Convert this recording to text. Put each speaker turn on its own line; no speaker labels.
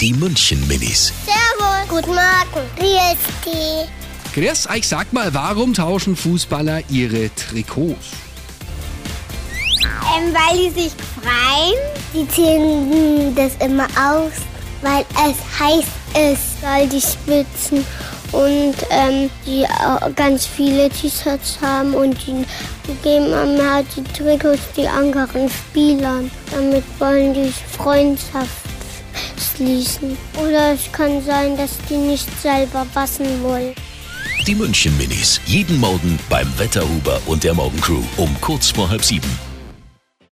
Die München-Minis.
Servus. Guten Morgen. Wie ist die?
Chris, ich sag mal, warum tauschen Fußballer ihre Trikots?
Ähm, weil die sich freien. Die ziehen das immer aus, weil es heiß ist, weil die schwitzen und ähm, die auch ganz viele T-Shirts haben und die geben immer die Trikots die anderen Spielern. Damit wollen die Freundschaft schließen. Oder es kann sein, dass die nicht selber waschen wollen.
Die München-Minis. Jeden Morgen beim Wetterhuber und der Morgencrew um kurz vor halb sieben.